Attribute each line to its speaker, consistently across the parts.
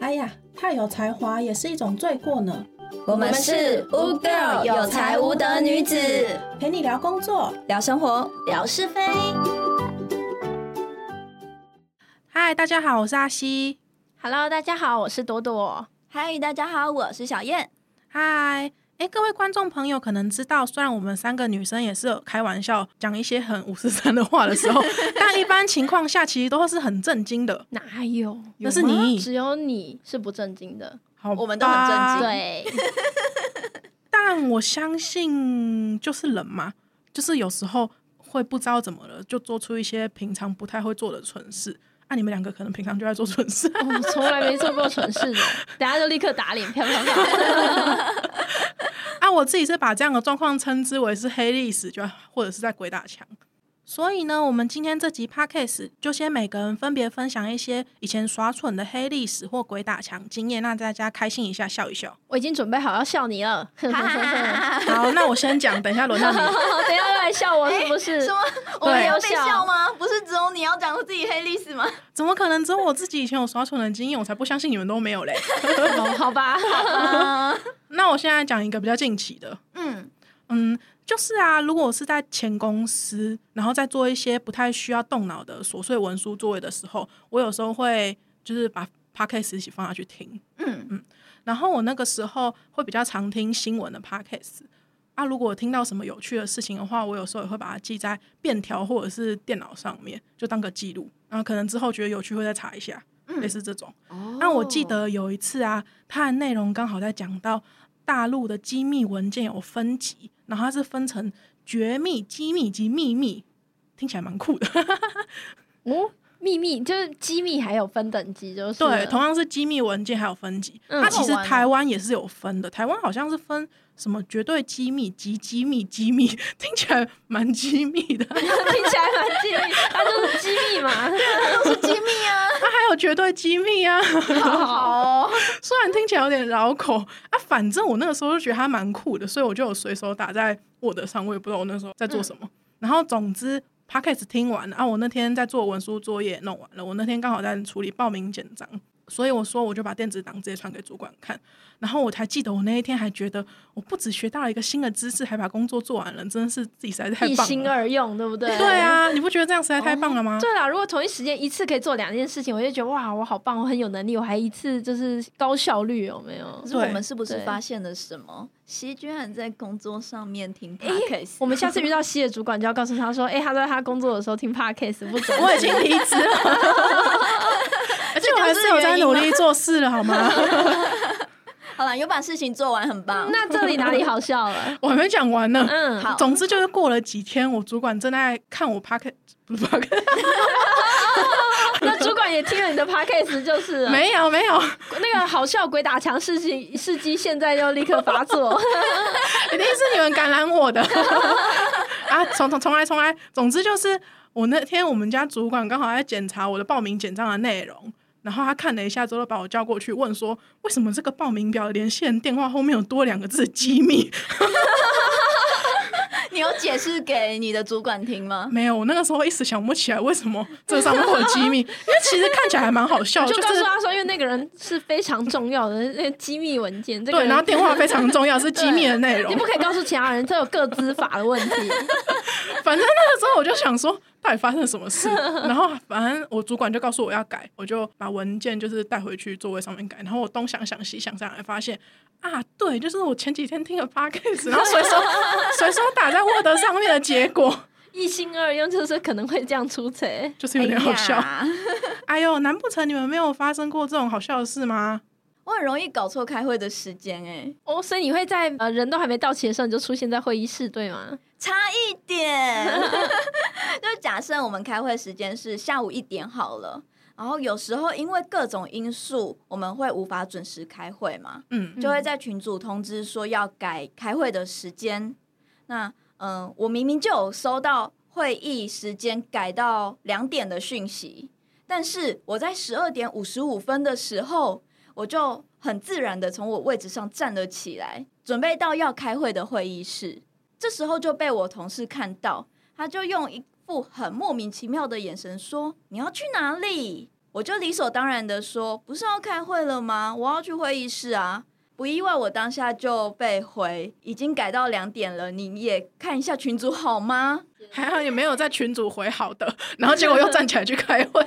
Speaker 1: 哎太有才华也是一种罪过呢。
Speaker 2: 我们是 Wu Girl 有才无德女子，
Speaker 1: 陪你聊工作。
Speaker 2: 聊生活，
Speaker 3: 聊是非。
Speaker 1: 嗨，大家好，我是阿西。
Speaker 4: Hello，大家好，我是朵朵。
Speaker 2: 嗨，大家好，我是小 燕。
Speaker 1: 嗨，哎，各位观众朋友可能知道，虽然我们三个女生也是有开玩笑讲一些很五四三的话的 时候，但一般情况下其实都是很震惊的。
Speaker 4: 哪有？
Speaker 1: 那是你
Speaker 4: 只有你是不正经的。
Speaker 1: 好吧，
Speaker 2: 我们都很震
Speaker 4: 啊
Speaker 2: 惊
Speaker 4: 对，
Speaker 1: 但我相信就是人嘛，就是有时候会不知道怎么了，就做出一些平常不太会做的蠢事。啊，你们两个可能平常就在做蠢事，
Speaker 4: 我们从来没做过蠢事的， 等下就立刻打脸，啪啪啪。
Speaker 1: 啊，我自己是把这样的状况称之为是黑历史，就或者是在鬼打墙。所以呢，我们今天这集 podcast 就先每个人分别分享一些以前耍蠢的黑历史或鬼打墙经验，让大家开心一下，笑一 笑。
Speaker 4: 我已经准备好要笑你了，等
Speaker 2: 哈哈 哈
Speaker 4: 一
Speaker 2: 哈哈！
Speaker 1: 好，那我先讲，等一下轮到你。
Speaker 4: 下又来笑我是不是？
Speaker 2: 什么？我
Speaker 1: 对
Speaker 2: 们有被笑吗？不是只有你要讲自己黑历史吗？
Speaker 1: 怎么可能只有我自己以前有耍蠢的经验，我才不相信你们都没有嘞。
Speaker 4: 哦好 吧，
Speaker 2: 啊
Speaker 1: 那我现在讲一个比较近期的，
Speaker 2: 嗯，
Speaker 1: 嗯，就是啊，如果我是在前公司，然后在做一些不太需要动脑的琐碎文书作业的时候，我有时候会就是把 podcast 一起放下去听，
Speaker 2: 嗯
Speaker 1: 嗯，然后我那个时候会比较常听新闻的 podcast。啊，如果我听到什么有趣的事情的话，我有时候也会把它记在便条或者是电脑上面，就当个记录。然后可能之后觉得有趣会再查一下，类似这种。那我
Speaker 2: 嗯哦
Speaker 1: 记得有一次啊，它的内容刚好在讲到大陆的机密文件有分级，然后它是分成绝密、机密及秘密，听起来蛮酷的。
Speaker 4: 哦，秘密就是机密，还有分等级，就是
Speaker 1: 对，同样是机密文件还有分级，
Speaker 4: 嗯
Speaker 1: 它其实
Speaker 2: 好玩哦
Speaker 1: 台湾也是有分的，台湾好像是分什么绝对机密、极机密、机密， 听起来蛮机密的。
Speaker 4: 听起来蛮机密，它就是机密嘛。
Speaker 2: 是机 密啊。
Speaker 1: 它还有绝对机密啊，
Speaker 4: 好，
Speaker 2: 哦，
Speaker 1: 虽然听起来有点绕口啊，反正我那个时候就觉得它蛮酷的，所以我就有随手打在 Word 上，我也不知道我那时候在做什么。然后总之 p o d c a s t 听完了啊，我那天在做文书作业弄完了，我那天刚好在处理报名简章，所以我说我就把电子档直接传给主管看。然后我才记得我那一天还觉得我不只学到了一个新的知识，还把工作做完了，真的是自己实在是 太
Speaker 4: 一
Speaker 1: 棒
Speaker 4: 心
Speaker 1: 了。
Speaker 4: 二用，对不对？
Speaker 1: 对。啊，你不觉得这样实在太棒了吗？
Speaker 4: 对啦，如果同一时间一次可以做两件事情，我就觉得哇，我好棒，我很有能力，我还一次就是高效率，有没有
Speaker 2: 可？是
Speaker 1: 对
Speaker 2: 我们是不是
Speaker 4: 对
Speaker 2: 发现了什么？西居然在工作上面听 podcast，
Speaker 4: 我们下次遇到西的主管就要告诉他说，哎、他在他工作的时候听 podcast 不准。
Speaker 1: 我已经离职了，而且我还是有在努力做事了，好吗？
Speaker 2: 好了，有把事情做完，很棒。
Speaker 4: 那这里哪里好笑了？
Speaker 1: 我还没讲完呢。
Speaker 4: 嗯，
Speaker 2: 好
Speaker 1: 总之就是过了几天，我主管正在看我 p o c k 不 是 p o c k
Speaker 4: 那主管也听了你的 podcast 就是啊了
Speaker 1: 没有 没有，
Speaker 4: 那个好笑鬼打墙事情事迹，现在就立刻发 作。
Speaker 1: 一定是你们感染 我的啊！重重重来重来，总之就是我那天我们家主管刚好在检查我的报名简章的内容，然后他看了一下之后，把我叫过去问说，为什么这个报名表联系人电话后面有多两个字“机密
Speaker 2: 你有解释给你的主管听”？吗？
Speaker 1: 没有，我那个时候一时想不起来为什么这上面会有“机密”，因为其实看起来还蛮好笑，
Speaker 4: 就
Speaker 1: 就
Speaker 4: 告
Speaker 1: 是
Speaker 4: 诉他说，因为那个人是非常重要的那个机密文件，这个
Speaker 1: 对，
Speaker 4: 人
Speaker 1: 然后电话非常重要，是机密的内容
Speaker 4: 你。不可以告诉其他人，这有各资法的问题。
Speaker 1: 反正那个时候我就想说，到底发生了什么事？ 然后反正我主管就告诉我要改，我就把文件就是带回去座位上面改。然后我东想想西想想，才发现啊，对，就是我前几天听了 podcast，然后随手 随手打在 Word 上面的结果，
Speaker 4: 一心二用就是可能会这样出错。
Speaker 1: 就是有点好笑。哎
Speaker 2: 哎呀
Speaker 1: 呦，难不成你们没有发生过这种好笑的事吗？
Speaker 2: 我很容易搞错开会的时间、哎，
Speaker 4: 哦，所以你会在呃人都还没到齐的时候，你就出现在会议室，对吗？
Speaker 2: 差一点。 就假设我们开会时间是下午一点好了，然后有时候因为各种因素，我们会无法准时开会嘛，
Speaker 1: 嗯，
Speaker 2: 就会在群组通知说要改开会的时间。那嗯、呃我明明就有收到会议时间改到两点的讯息，但是我在十二点五十五分的时候，我就很自然的从我位置上站了起来，准备到要开会的会议室。这时候就被我同事看到，他就用一副很莫名其妙的眼神说：“你要去哪里？”我就理所当然的说，不是要开会了吗？我要去会议室啊。不意外，我当下就被回，已经改到两点了，你也看一下群组好吗？
Speaker 1: 还好也没有在群主回好的，然后结果又站起来去开会。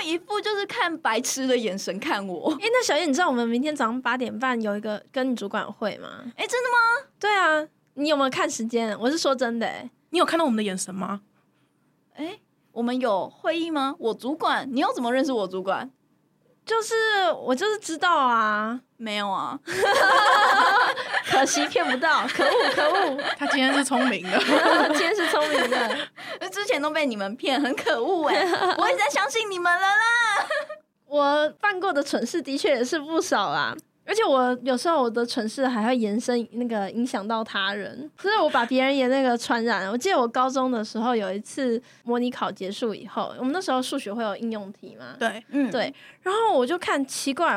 Speaker 2: 用一副就是看白痴的眼神看我。
Speaker 4: 哎、那小叶，你知道我们明天早上八点半有一个跟你主管会吗？
Speaker 2: 哎、真的吗？
Speaker 4: 对啊，你有没有看时间？我是说真的、欸，
Speaker 1: 你有看到我们的眼神吗？
Speaker 2: 哎、我们有会议吗？我主管，你要怎么认识我主管？
Speaker 4: 就是我就是知道啊，
Speaker 2: 没有啊，
Speaker 4: 可惜骗不到，可恶可恶，
Speaker 1: 他今天是聪明的，
Speaker 4: 今天是聪明的。
Speaker 2: 之前都被你们骗，很可恶 哎、我一直在相信你们了啦。
Speaker 4: 我犯过的蠢事的确也是不少啦。而且我有时候我的蠢事还会延伸那个影响到他人，所以我把别人也那个传染了。我记得我高中的时候有一次模拟考结束以后，我们那时候数学会有应用题嘛，
Speaker 1: 对，
Speaker 2: 嗯，
Speaker 4: 对，然后我就看奇怪，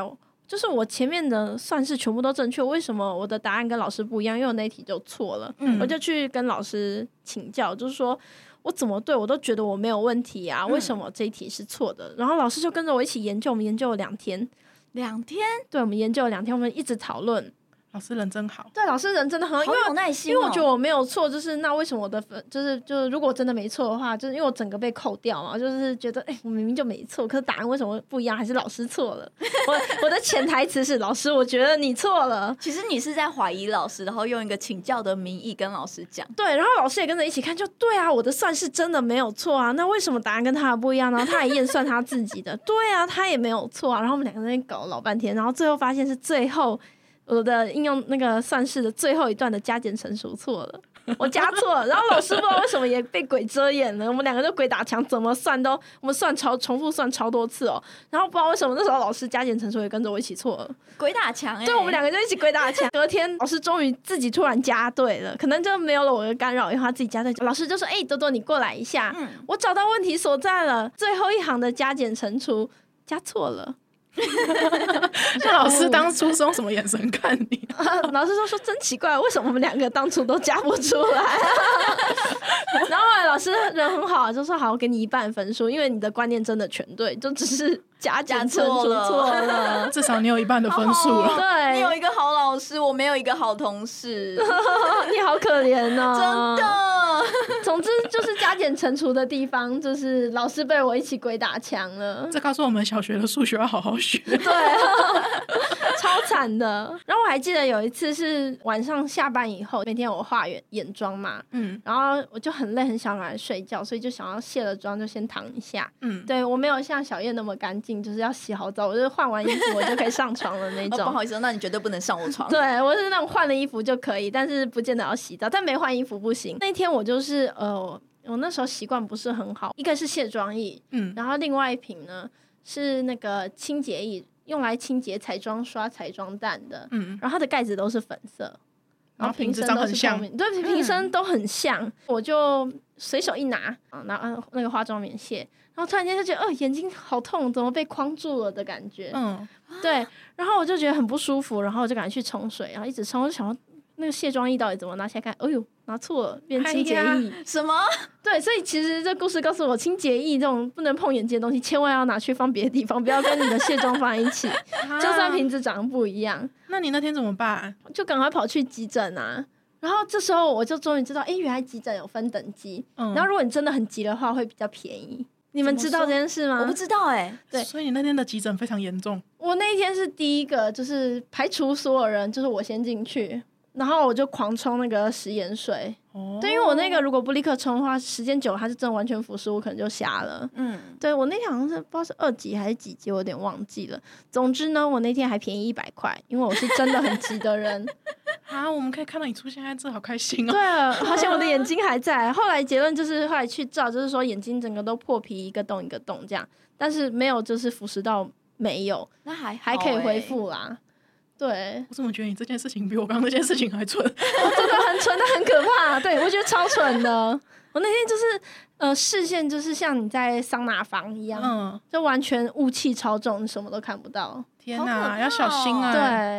Speaker 4: 就是我前面的算式全部都正确，为什么我的答案跟老师不一样？因为我那一题就错了，
Speaker 1: 嗯
Speaker 4: 我就去跟老师请教，就是说我怎么对我都觉得我没有问题啊，为什么这一题是错的？然后老师就跟着我一起研究，我们研究了两天，
Speaker 2: 两天，
Speaker 4: 对，我们研究了两天，我们一直讨论。
Speaker 1: 老师人真好。
Speaker 4: 对，老师人真的很好，因
Speaker 2: 好
Speaker 4: 为
Speaker 2: 有耐心、哦
Speaker 4: 因为我觉得，我没有错，就是那为什么我的分就是就是如果真的没错的话，就是因为我整个被扣掉嘛，就是觉得哎、我明明就没错，可是答案为什么不一样？还是老师错了？ 我我的潜台词是老师，我觉得你错了。
Speaker 2: 其实你是在怀疑老师，然后用一个请教的名义跟老师讲。
Speaker 4: 对，然后老师也跟着一起看，就对啊，我的算是真的没有错啊，那为什么答案跟他的不一样？然后他还验算他自己的， 对啊，他也没有错啊。然后我们两个在那边搞了老半天，然后最后发现是最后我的应用那个算式的最后一段的加减乘除错了。我加错了，然后老师不知道为什么也被鬼遮眼了，我们两个就鬼打墙，怎么算都我们算超重复算超多次哦，然后不知道为什么那时候老师加减乘除也跟着我一起错了，
Speaker 2: 鬼打墙哎、
Speaker 4: 对，我们两个就一起鬼打 墙。隔天老师终于自己突然加对了，可能就没有了我的干扰，因为他自己加对。老师就说：“哎、多多，你过来一下，
Speaker 2: 嗯，
Speaker 4: 我找到问题所在了。最后一行的加减乘除加错了。
Speaker 1: 那老
Speaker 4: 哦
Speaker 1: 师当初是用什么眼神看你？
Speaker 4: 啊老师就说：“真奇怪，为什么我们两个当初都加不出来？” 然后后来老师人很好，啊就说：“好，我给你一半分数，因为你的观念真的全对，就只是加减乘除
Speaker 2: 加错了
Speaker 4: 错 了。
Speaker 1: 至少你有一半的分数
Speaker 2: 好
Speaker 1: 了。
Speaker 4: 对，
Speaker 2: 你有一个好老师，我没有一个好同 事，
Speaker 4: 你好可怜 哦，
Speaker 2: 真的。
Speaker 4: 总之就是加减乘除的地方，就是老师被我一起鬼打墙了，
Speaker 1: 这告诉我们小学的数学要好好 学。
Speaker 4: 对，超惨的。然后我还记得有一次是晚上下班以后，那天我化眼眼妆嘛，
Speaker 1: 嗯
Speaker 4: 然后我就很累，很想赶快睡觉，所以就想要卸了妆就先躺一下。
Speaker 1: 嗯，
Speaker 4: 对我没有像小燕那么干净，就是要洗好澡，我就换完衣服我就可以上床了那
Speaker 2: 哦，不
Speaker 4: 种。
Speaker 2: 好意思，那你绝对不能上我 床。
Speaker 4: 对，我是那种换了衣服就可以，但是不见得要洗澡，但没换衣服不行。那一天我就是呃，我那时候习惯不是很好，一个是卸妆液，
Speaker 1: 嗯，
Speaker 4: 然后另外一瓶呢是那个清洁液，用来清洁彩妆刷、彩妆蛋的。
Speaker 1: 嗯，
Speaker 4: 然后它的盖子都是粉色，
Speaker 1: 然后瓶子
Speaker 4: 身
Speaker 1: 长
Speaker 4: 都
Speaker 1: 很
Speaker 4: 是
Speaker 1: 像嗯
Speaker 4: 透明，对，瓶身都很像。我就随手一拿，啊，拿啊那个化妆棉卸，然后突然间就觉得，哦，眼睛好痛，怎么被框住了的感觉。
Speaker 1: 嗯，
Speaker 4: 对，然后我就觉得很不舒服，然后我就赶快去冲水，然后一直冲，我就想说那个卸妆液到底怎么拿起来看？哎呦，拿错了，变清洁
Speaker 1: 哎呀
Speaker 4: 液。
Speaker 2: 什么？
Speaker 4: 对，所以其实这故事告诉我，清洁液这种不能碰眼睛的东西，千万要拿去放别的地方，不要跟你的卸妆放在一 起，就
Speaker 1: 啊，
Speaker 4: 算瓶子长得不一样，
Speaker 1: 那你那天怎么办？
Speaker 4: 就赶快跑去急诊啊。然后这时候我就终于知道，哎，原来急诊有分等级，
Speaker 1: 嗯，
Speaker 4: 然后如果你真的很急的话，会比较便宜。你们
Speaker 2: 怎么
Speaker 4: 知道这
Speaker 2: 说
Speaker 4: 件事吗？
Speaker 2: 我不知道哎、
Speaker 4: 对
Speaker 1: 所以你那天的急诊非常严重。
Speaker 4: 我那一天是第一个，就是排除所有人，就是我先进去，然后我就狂冲那个食盐水。
Speaker 1: 哦，
Speaker 4: 对，因为我那个如果不立刻冲的话，时间久了它是真的完全腐蚀，我可能就瞎了。
Speaker 2: 嗯，
Speaker 4: 对我那天好像是不知道是二级还是几级，我有点忘记了。总之呢，我那天还便宜一百块，因为我是真的很急 的人。
Speaker 1: 啊，我们可以看到你出现在这，好开心哦。
Speaker 4: 对，好像我的眼睛还在。后来结论就是，后来去照，就是说眼睛整个都破皮，一个洞一个洞这样，但是没有就是腐蚀到没有，
Speaker 2: 那还
Speaker 4: 还可以
Speaker 2: 好欸
Speaker 4: 恢。复啦。对，哦
Speaker 1: 我怎么觉得你这件事情比我刚刚那件事情还蠢？
Speaker 4: 真的很 蠢，但很可怕。啊对我觉得超蠢的。我那天就是呃，视线就是像你在桑拿房一样，
Speaker 1: 嗯，
Speaker 4: 就完全雾气超重，你什么都看不到。
Speaker 1: 天
Speaker 2: 好可
Speaker 1: 哪，
Speaker 2: 怕
Speaker 1: 要小心
Speaker 4: 嗯
Speaker 1: 啊！
Speaker 2: 哦，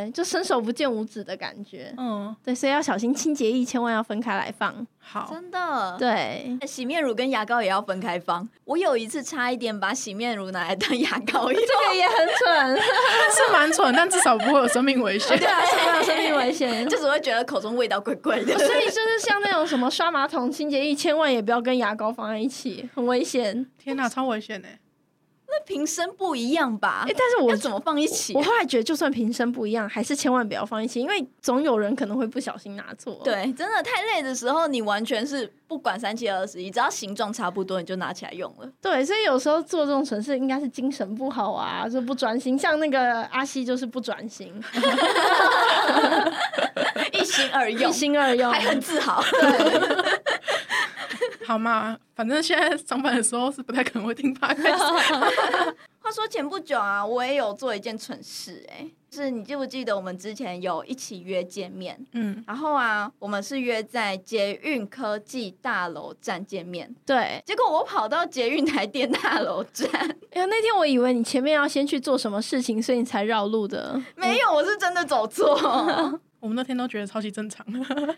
Speaker 4: 对，就伸手不见五指的感觉。
Speaker 1: 嗯，
Speaker 4: 对，所以要小心清洁液，千万要分开来放。
Speaker 1: 好，
Speaker 2: 真
Speaker 4: 嗯
Speaker 2: 的。
Speaker 4: 对，
Speaker 2: 洗面乳跟牙膏也要分开放。我有一次差一点把洗面乳拿来当牙膏用，
Speaker 4: 这个也很蠢，
Speaker 1: 是蛮蠢，但至少不会有生命危险。
Speaker 4: 对啊，是 没有生命危 险。
Speaker 2: 就只会觉得口中味道怪怪的。
Speaker 4: 所以就是像那种什么刷马桶清洁液，千万也不要跟牙膏放在一起，很危险。
Speaker 1: 天哪，超危险欸呢！
Speaker 2: 瓶身不一样吧
Speaker 4: 哎、？但是
Speaker 2: 要
Speaker 4: 我
Speaker 2: 怎么放一起啊
Speaker 4: 我？后来觉得，就算瓶身不一样，还是千万不要放一起，因为总有人可能会不小心拿错。，
Speaker 2: 对，真的太累的时候，你完全是不管三七二十一，只要形状差不多，你就拿起来用了。
Speaker 4: 对，所以有时候做这种蠢事，应该是精神不好啊，就不专心。像那个阿西就是不专心，
Speaker 2: 一心二用
Speaker 4: 一，心二 用
Speaker 2: 还。很自 豪。
Speaker 1: 好嘛，反正现在上班的时候是不太可能会听 podcast。
Speaker 2: 话说前不久啊，我也有做一件蠢事、欸，哎，就是你记不记得我们之前有一起约见面？
Speaker 1: 嗯，
Speaker 2: 然后啊，我们是约在捷运科技大楼站见面，
Speaker 4: 对，
Speaker 2: 结果我跑到捷运台电大楼站，
Speaker 4: 哎呀，那天我以为你前面要先去做什么事情，所以你才绕路的。
Speaker 2: 没有，我是真的走错。
Speaker 1: 我们那天都觉得超级正常，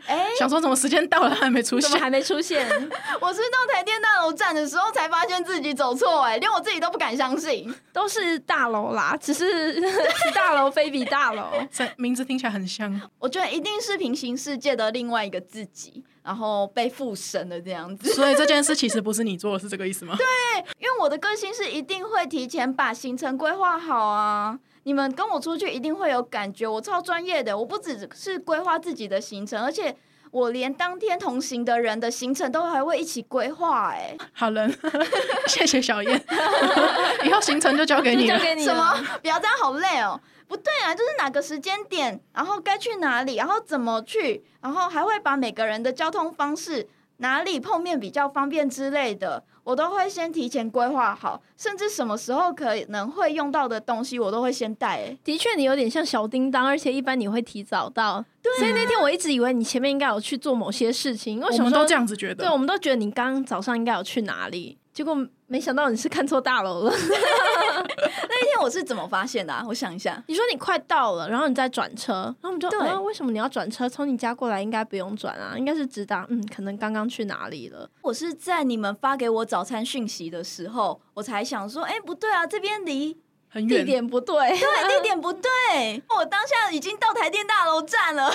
Speaker 2: 哎、
Speaker 1: 想说怎么时间到了还没出
Speaker 4: 怎么
Speaker 1: 现，
Speaker 4: 还没出 现？
Speaker 2: 我是到台电大楼站的时候才发现自己走错，哎，连我自己都不敢相信。
Speaker 4: 都是大楼啦，只 是此大楼非彼大楼。
Speaker 1: 这名字听起来很像。
Speaker 2: 我觉得一定是平行世界的另外一个自己，然后被附身了这样子。
Speaker 1: 所以这件事其实不是你做的，是这个意思吗？
Speaker 2: 因为我的个性是一定会提前把行程规划好啊。你们跟我出去一定会有感觉，我超专业的，我不只是规划自己的行程，而且我连当天同行的人的行程都还会一起规划、欸。
Speaker 4: 啊
Speaker 1: 好人， 谢谢小燕， 以后行程就交给
Speaker 4: 就
Speaker 1: 你
Speaker 4: 交
Speaker 1: 了。
Speaker 4: 给你
Speaker 2: 什
Speaker 4: 了
Speaker 2: 么？ 不要这样，好累哦。不对啊，就是哪个时间点，然后该去哪里，然后怎么去，然后还会把每个人的交通方式、哪里碰面比较方便之类的，我都会先提前规划好，甚至什么时候可能会用到的东西，我都会先带、欸。
Speaker 4: 的确，你有点像小叮当，而且一般你会提早到。对、啊所以那天我一直以为你前面应该有去做某些事情，因为
Speaker 1: 我
Speaker 4: 什么
Speaker 1: 们
Speaker 4: 时候
Speaker 1: 都这样子觉
Speaker 4: 对，
Speaker 1: 得
Speaker 4: 我。们都觉得你刚刚早上应该有去哪里，结果没想到你是看错大楼了。
Speaker 2: 那天我是怎么发现的、啊？我想一下，
Speaker 4: 你说你快到了，然后你再转车，然后我们就
Speaker 2: 对
Speaker 4: 啊，为什么你要转车？从你家过来应该不用转啊，应该是直达。嗯，可能刚刚去哪里了？
Speaker 2: 我是在你们发给我早餐讯息的时候，我才想说，哎、不对啊，这边 离
Speaker 1: 很
Speaker 4: 地
Speaker 1: 远，
Speaker 4: 点不对。
Speaker 2: 对地点不对，我当下已经到台电大楼站 了。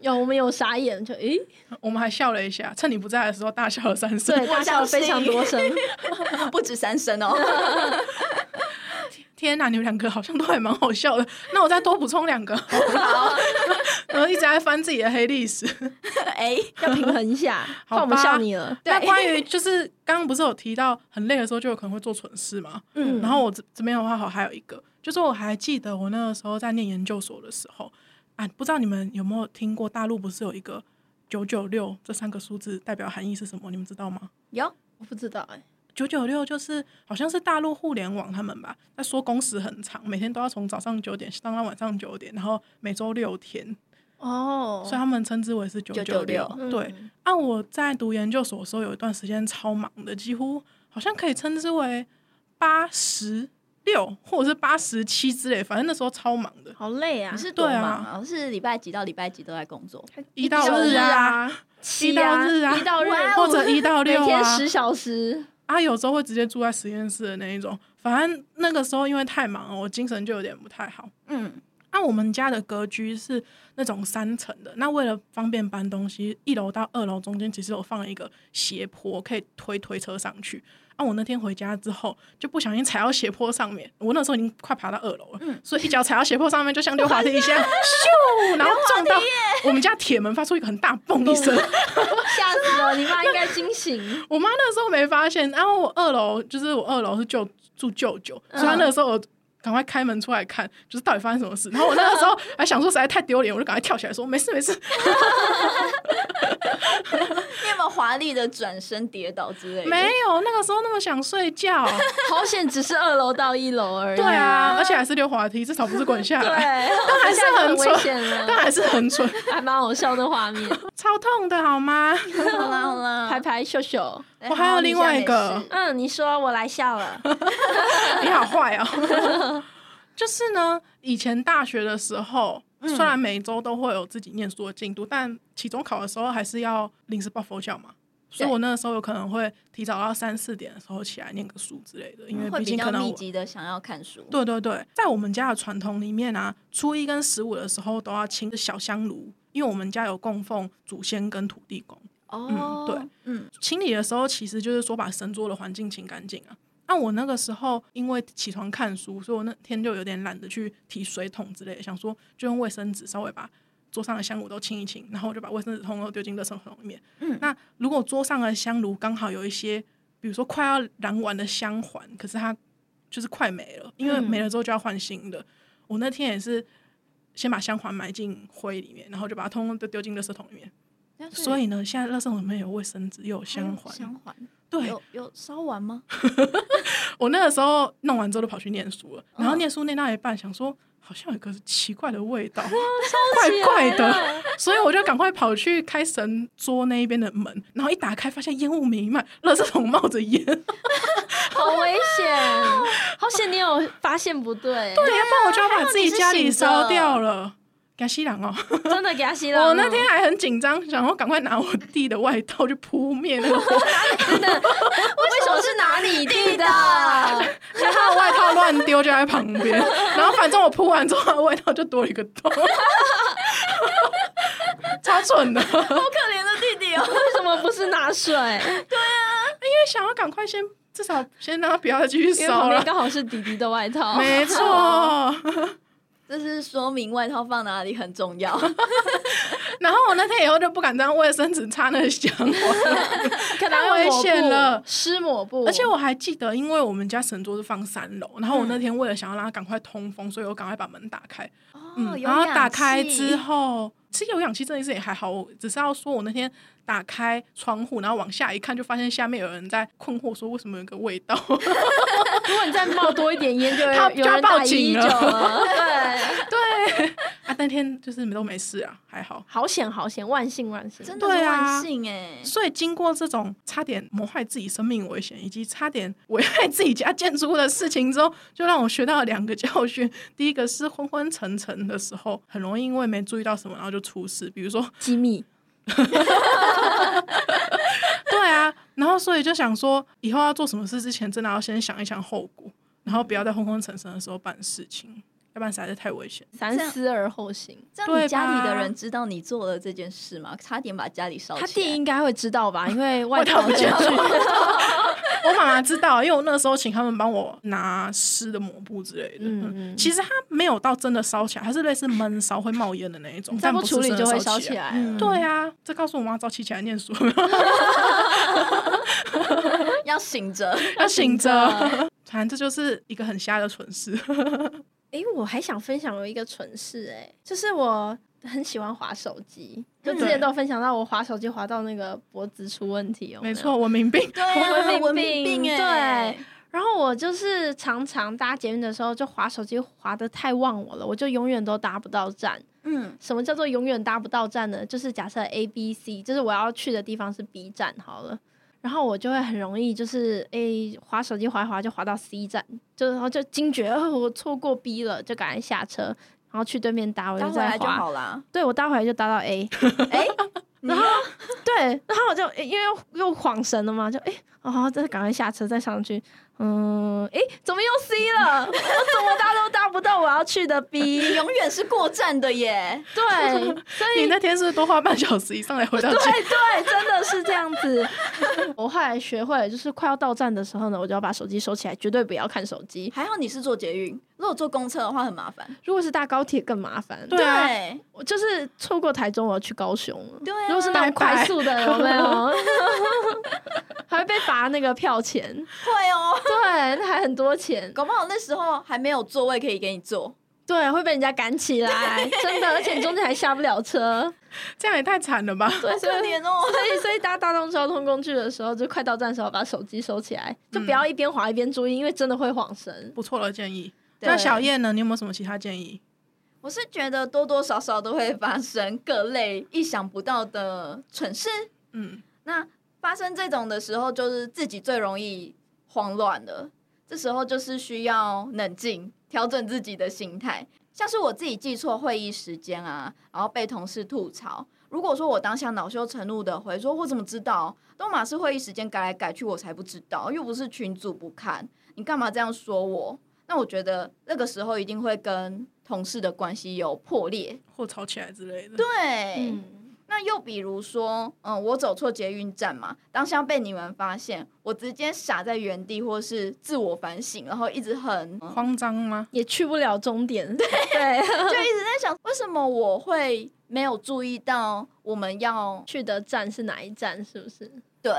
Speaker 4: 有我们有傻眼，就诶，
Speaker 1: 我们还笑了一下，趁你不在的时候大笑了三声。
Speaker 4: 对，大笑
Speaker 2: 相信
Speaker 4: 非常多声。
Speaker 2: 不止三声哦。
Speaker 1: 天哪，你们两个好像都还蛮好笑的。那我再多补充两 个， 然后一直在翻自己的黑历史。
Speaker 2: 哎、
Speaker 4: 要平衡一下，
Speaker 1: 好吧
Speaker 4: 怕我们笑你了。
Speaker 1: 那关于就是刚刚不是有提到很累的时候就有可能会做蠢事嘛？
Speaker 4: 嗯
Speaker 1: 然后我这这边的话好还有一个，就是我还记得我那个时候在念研究所的时候，啊，不知道你们有没有听过大陆不是有一个九九六这三个数字代表含义是什么？你们知道吗？
Speaker 2: 有
Speaker 4: 我不知道哎、
Speaker 1: 九九六就是好像是大陆互联网他们吧，在说工时很长，每天都要从早上九点上到晚上九点，然后每周六天，
Speaker 4: 哦，
Speaker 1: 所以他们称之为是九九六
Speaker 2: 996。
Speaker 1: 对，
Speaker 4: 嗯
Speaker 1: 啊，我在读研究所的时候，有一段时间超忙的，几乎好像可以称之为八十六或者是八十七之类，反正那时候超忙的，
Speaker 4: 好累啊
Speaker 2: 你，是多忙
Speaker 1: 对
Speaker 2: 啊？是礼拜几到礼拜几都在工作？
Speaker 1: 一到
Speaker 4: 一
Speaker 1: 日
Speaker 4: 到日
Speaker 1: 啊，
Speaker 4: 啊，
Speaker 1: 一
Speaker 4: 七
Speaker 1: 到
Speaker 4: 啊，
Speaker 1: 日啊，
Speaker 4: 一到日，
Speaker 2: 哇
Speaker 1: 或者一到
Speaker 4: 每
Speaker 1: 六
Speaker 4: 天
Speaker 1: 啊，
Speaker 4: 十小时，
Speaker 1: 啊，有时候会直接住在实验室的那一种。反正那个时候因为太忙了，我精神就有点不太好。
Speaker 2: 嗯，
Speaker 1: 那、我们家的格局是那种三层的，那为了方便搬东西，一楼到二楼中间其实有放一个斜坡，可以推推车上去。啊，我那天回家之后就不小心踩到斜坡上面，我那时候已经快爬到二楼了，所以一脚踩到斜坡上面，就像溜滑梯一样，咻，然后撞到我们家铁门，发出一个很大“嘣”一声。
Speaker 4: 吓死了！你妈应该惊醒。
Speaker 1: 我妈那时候没发现，然后我二楼就是我二楼是舅住舅舅，所以她那个时候我赶快开门出来看，就是到底发生什么事。然后我那个时候还想说实在太丢脸，我就赶快跳起来说没事没事。
Speaker 2: 你有没有华丽的转身跌倒之类的？
Speaker 1: 没有，那个时候那么想睡觉。
Speaker 4: 好险，只是二楼到一楼而已。
Speaker 1: 对啊，而且还是溜滑梯，至少不是滚下
Speaker 4: 对，
Speaker 1: 来，
Speaker 4: 但
Speaker 1: 还是很蠢
Speaker 4: 危 险
Speaker 1: 但
Speaker 4: 了，
Speaker 1: 还是很蠢，
Speaker 4: 还蛮好笑的画 面，
Speaker 1: 超痛的好吗？
Speaker 2: 好啦好啦，
Speaker 4: 拍拍秀秀。
Speaker 2: 哎
Speaker 1: 我还有另外一个
Speaker 4: 嗯
Speaker 2: 好 你现在没事
Speaker 4: 嗯，你说我来笑了，
Speaker 1: 你好坏哦。 就是呢，以前大学的时候，
Speaker 2: 嗯
Speaker 1: 虽然每周都会有自己念书的进度，但期中考的时候还是要临时抱佛脚嘛。所以
Speaker 2: 对
Speaker 1: 我那个时候有可能会提早到三四点的时候起来念个书之类的，因为
Speaker 2: 嗯会
Speaker 1: 毕
Speaker 2: 比
Speaker 1: 竟
Speaker 2: 较
Speaker 1: 可能
Speaker 2: 密
Speaker 1: 我
Speaker 2: 集的想要看书。
Speaker 1: 对对对，在我们家的传统里面啊，初一跟十五的时候都要清小香炉，因为我们家有供奉祖先跟土地公。
Speaker 2: 哦
Speaker 1: 嗯对，
Speaker 2: 嗯，
Speaker 1: 清理的时候，其实就是说把神桌的环境清干净啊。那、我那个时候因为起床看书，所以我那天就有点懒得去提水桶之类的，想说就用卫生纸稍微把桌上的香炉都清一清，然后我就把卫生纸通通丢进垃圾桶里面。
Speaker 2: 嗯
Speaker 1: 那如果桌上的香炉刚好有一些，比如说快要燃完的香环，可是它就是快没了，因为没了之后就要换新的。我那天也是先把香环埋进灰里面，然后就把它通通都丢进垃圾桶里面。
Speaker 2: 那
Speaker 1: 所以呢，现在垃圾桶里面有卫生纸，又有
Speaker 2: 还有
Speaker 1: 香环，
Speaker 2: 哎相环
Speaker 1: 对
Speaker 2: 有有烧完吗？
Speaker 1: 我那个时候弄完之后就跑去念书了，
Speaker 2: 嗯
Speaker 1: 然后念书念到一半，想说好像有个奇怪的味道，怪怪的，所以我就赶快跑去开神桌那一边的门，然后一打开发现烟雾弥漫，垃圾桶冒着烟，
Speaker 4: 好危险！好险你有发现不对，
Speaker 1: 对，要不然我就要把自己家里烧掉
Speaker 2: 了。
Speaker 1: 了。给西郎哦，
Speaker 4: 真的给他吸了。
Speaker 1: 我那天还很紧张，想要赶快拿我弟的外套去扑灭那个火，
Speaker 2: 为什么是拿你弟的？
Speaker 1: 所以他的外套乱丢就在旁边， 然后反正我扑完之后，他的外套就多了一个洞， 超蠢的。
Speaker 2: 好可怜的弟弟哦！
Speaker 4: 为什么不是拿水？
Speaker 1: 想要赶快先，至少先让他不要再继续
Speaker 4: 因为
Speaker 1: 烧
Speaker 4: 旁边
Speaker 1: 了。
Speaker 4: 刚好是弟弟的外套。
Speaker 1: 没错。
Speaker 2: 这是说明外套放哪里很重要。
Speaker 1: 然后我那天以后就不敢再用卫生纸擦那个香了。
Speaker 4: 可能
Speaker 1: 太危险了
Speaker 4: 湿抹布。
Speaker 1: 而且我还记得，因为我们家神桌是放三楼，然后我那天为了想要让它赶快通风，所以我赶快把门打开。
Speaker 2: 哦，有
Speaker 1: 嗯然后打
Speaker 2: 氧
Speaker 1: 开
Speaker 2: 气
Speaker 1: 之后，其实有氧气这件事也还好。我只是要说，我那天打开窗户，然后往下一看，就发现下面有人在困惑说，为什么有个味道？
Speaker 4: 如果你再冒多一点 烟，就会
Speaker 1: 他
Speaker 4: 有
Speaker 1: 就要
Speaker 4: 人
Speaker 1: 报
Speaker 4: 打
Speaker 1: 警
Speaker 4: 一九
Speaker 1: 了
Speaker 2: 哦
Speaker 4: 了。对，
Speaker 1: 对啊，那天就是都没事啊，还好。
Speaker 4: 好险好险，万幸万幸。
Speaker 2: 真
Speaker 4: 真
Speaker 2: 的是
Speaker 1: 对啊
Speaker 2: 万幸哎、
Speaker 1: 所以经过这种差点谋害自己生命危险，以及差点危害自己家建筑物的事情之后，就让我学到了两个教训。第一个是昏昏沉沉的时候，很容易因为没注意到什么，然后就出事。比如说，
Speaker 4: 机密，
Speaker 1: 对啊，然后所以就想说，以后要做什么事之前，真的要先想一想后果，然后不要在昏昏沉沉的时候办事情，要不然实在是太危险。
Speaker 4: 三思而后行。
Speaker 2: 这样你
Speaker 1: 对
Speaker 2: 家里的
Speaker 1: 吧
Speaker 2: 人知道你做了这件事吗？差点把家里烧起
Speaker 4: 他
Speaker 2: 来。
Speaker 4: 弟应该会知道吧？因为外
Speaker 1: 套
Speaker 4: 套
Speaker 1: 不见
Speaker 4: 就
Speaker 1: 了我妈妈知道，因为我那个时候请他们帮我拿湿的抹布之类的。
Speaker 4: 嗯
Speaker 1: 嗯
Speaker 4: 嗯
Speaker 1: 其实它没有到真的烧起来，它是类似闷烧会冒烟的那一种，
Speaker 4: 你再
Speaker 1: 嗯但
Speaker 4: 嗯不
Speaker 1: 是
Speaker 4: 处理
Speaker 1: 真的
Speaker 4: 就会
Speaker 1: 烧
Speaker 4: 烧
Speaker 1: 起
Speaker 4: 起
Speaker 1: 来。
Speaker 4: 来
Speaker 2: 嗯
Speaker 4: 了。
Speaker 1: 对啊，这告诉我妈早起起来念书，
Speaker 2: 要醒着。
Speaker 1: 要醒着。反正这就是一个很瞎的蠢事。
Speaker 4: 诶，我还想分享有一个蠢事、诶，就是我很喜欢滑手机，就之前都有分享到我滑手机滑到那个脖子出问题，有没
Speaker 1: 没
Speaker 4: 有
Speaker 1: 错，。文明 病。
Speaker 2: 对啊，
Speaker 4: 文
Speaker 2: 文
Speaker 4: 明
Speaker 2: 明病
Speaker 4: 病
Speaker 2: 哎、
Speaker 4: 对然后我就是常常搭捷运的时候，就滑手机滑的太忘我了，我就永远都搭不到站。
Speaker 2: 嗯，
Speaker 4: 什么叫做永远搭不到站呢？就是假设 A、B、C，就是我要去的地方是 B 站好了，然后我就会很容易就是诶滑手机滑一滑就滑到 C 站，就然后就惊觉哦我错过 B 了，就赶快下车，然后去对面搭，我
Speaker 2: 搭
Speaker 4: 就
Speaker 2: 回
Speaker 4: 再
Speaker 2: 来就
Speaker 4: 滑。
Speaker 2: 好 啦。
Speaker 4: 对，我搭回来就搭到 A，
Speaker 2: 哎、然后
Speaker 4: 对，然后我就诶因为又又晃神了嘛，就诶，然后再赶快下车再上去，嗯，诶，怎么又 C 了？ 我怎么搭都搭不到我要去的 B，
Speaker 2: 你永远是过站的耶。
Speaker 4: 对，所以
Speaker 1: 你那天是不是多花半小时以上来回到家？
Speaker 4: 对对，真的是这样子。 我后来学会了，就是快要到站的时候呢，我就要把手机收起来，绝对不要看手机。
Speaker 2: 还好你是坐捷运，如果坐公车的话很麻烦。
Speaker 4: 如果是搭高铁更麻烦，
Speaker 1: 对啊
Speaker 2: 对
Speaker 4: 我就是错过台中，我要去高雄了。
Speaker 2: 对啊
Speaker 4: 如果是那种
Speaker 1: 拜拜
Speaker 4: 快速的，有没 有？还会被罚那个票钱，
Speaker 2: 会哦，
Speaker 4: 对，那还很多钱，
Speaker 2: 搞不好那时候还没有座位可以给你坐。
Speaker 4: 对，会被人家赶起 来，真的，而且你中间还下不了车，
Speaker 1: 这样也太惨了吧！
Speaker 4: 对，所
Speaker 2: 可
Speaker 4: 以
Speaker 2: 怜哦，
Speaker 4: 所以，所以搭大众交通工具的时候，就快到站的时候把手机收起来，就不要一边滑一边注意，因为真的会晃神。
Speaker 1: 不错的建议。
Speaker 2: 对
Speaker 1: 那小叶呢？你有没有什么其他建议？
Speaker 2: 我是觉得多多少少都会发生各类意想不到的蠢事。
Speaker 1: 嗯，
Speaker 2: 那发生这种的时候，就是自己最容易慌乱了。这时候就是需要冷静，调整自己的心态。像是我自己记错会议时间啊，然后被同事吐槽。如果说我当下恼羞成怒的回说“我怎么知道？都马是会议时间改来改去，我才不知道，又不是群主不看，你干嘛这样说我？”那我觉得那个时候一定会跟同事的关系有破裂。
Speaker 1: 或吵起来之类的。
Speaker 2: 对，
Speaker 4: 嗯，
Speaker 2: 那又比如说，嗯，我走错捷运站嘛，当下被你们发现，我直接傻在原地，或是自我反省，然后一直很、嗯
Speaker 1: 慌张吗？
Speaker 4: 也去不了终点。对，
Speaker 2: 就一直在想，为什么我会没有注意到我们要
Speaker 4: 去的站是哪一站？是不是？
Speaker 2: 对，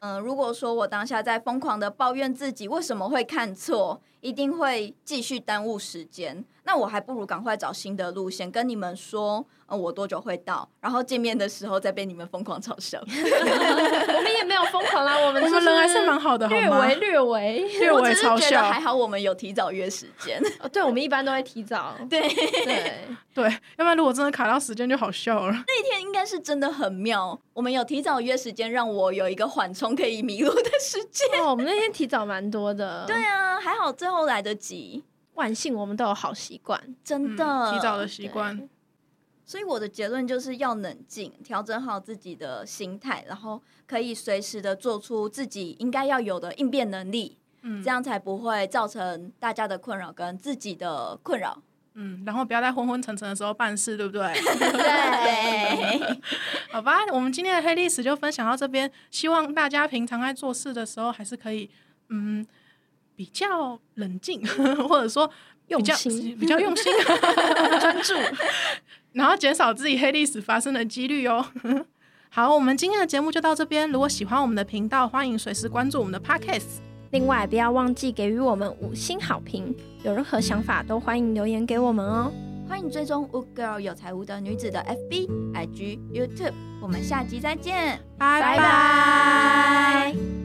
Speaker 2: 嗯，如果说我当下在疯狂的抱怨自己为什么会看错，一定会继续耽误时间。那我还不如赶快找新的路线，跟你们说，嗯，我多久会到，然后见面的时候再被你们疯狂嘲笑。
Speaker 4: 我们也没有疯狂啦，我们
Speaker 1: 我
Speaker 4: 就
Speaker 1: 们人还是蛮好的，好
Speaker 4: 略
Speaker 1: 吗
Speaker 4: 微？略微。
Speaker 1: 略
Speaker 2: 我
Speaker 1: 微
Speaker 2: 只是
Speaker 1: 嘲
Speaker 2: 觉得
Speaker 1: 笑
Speaker 2: 还，好，我们有提早约时间。
Speaker 4: 哦，对，我们一般都会提早。
Speaker 2: 对，
Speaker 4: 对，
Speaker 1: 对，要不然如果真的卡到时间就好笑 了。
Speaker 2: 那天应该是真的很妙，我们有提早约时间，让我有一个缓冲可以迷路的时间。
Speaker 4: 哦，我们那天提早蛮多的。
Speaker 2: 对，啊，还好最后来得及，
Speaker 4: 万幸我们都有好习惯。
Speaker 2: 真
Speaker 1: 嗯
Speaker 2: 的、
Speaker 1: 提早的习惯，
Speaker 2: 所以我的结论就是要冷静，调整好自己的心态，然后可以随时的做出自己应该要有的应变能力，
Speaker 1: 嗯
Speaker 2: 这样才不会造成大家的困扰跟自己的困扰。
Speaker 1: 嗯，然后不要在昏昏沉沉的时候办事，对不对？
Speaker 2: 对，
Speaker 1: 好吧，我们今天的黑历史就分享到这边，希望大家平常在做事的时候还是可以，嗯，比较冷静， 或者说比
Speaker 4: 用
Speaker 1: 较
Speaker 4: 心
Speaker 1: 比较用心，专注， 然后减少自己黑历史发生的几率哦。 好，我们今天的节目就到这边。如果喜欢我们的频道，欢迎随时关注我们的 Podcast。
Speaker 4: 另外，不要忘记给予我们五星好评。有任何想法都欢迎留言给我们哦。
Speaker 2: 欢迎追踪 Wood Girl 有才无德女子的 FB、IG、YouTube，我们下集再见，
Speaker 1: 拜
Speaker 2: 拜拜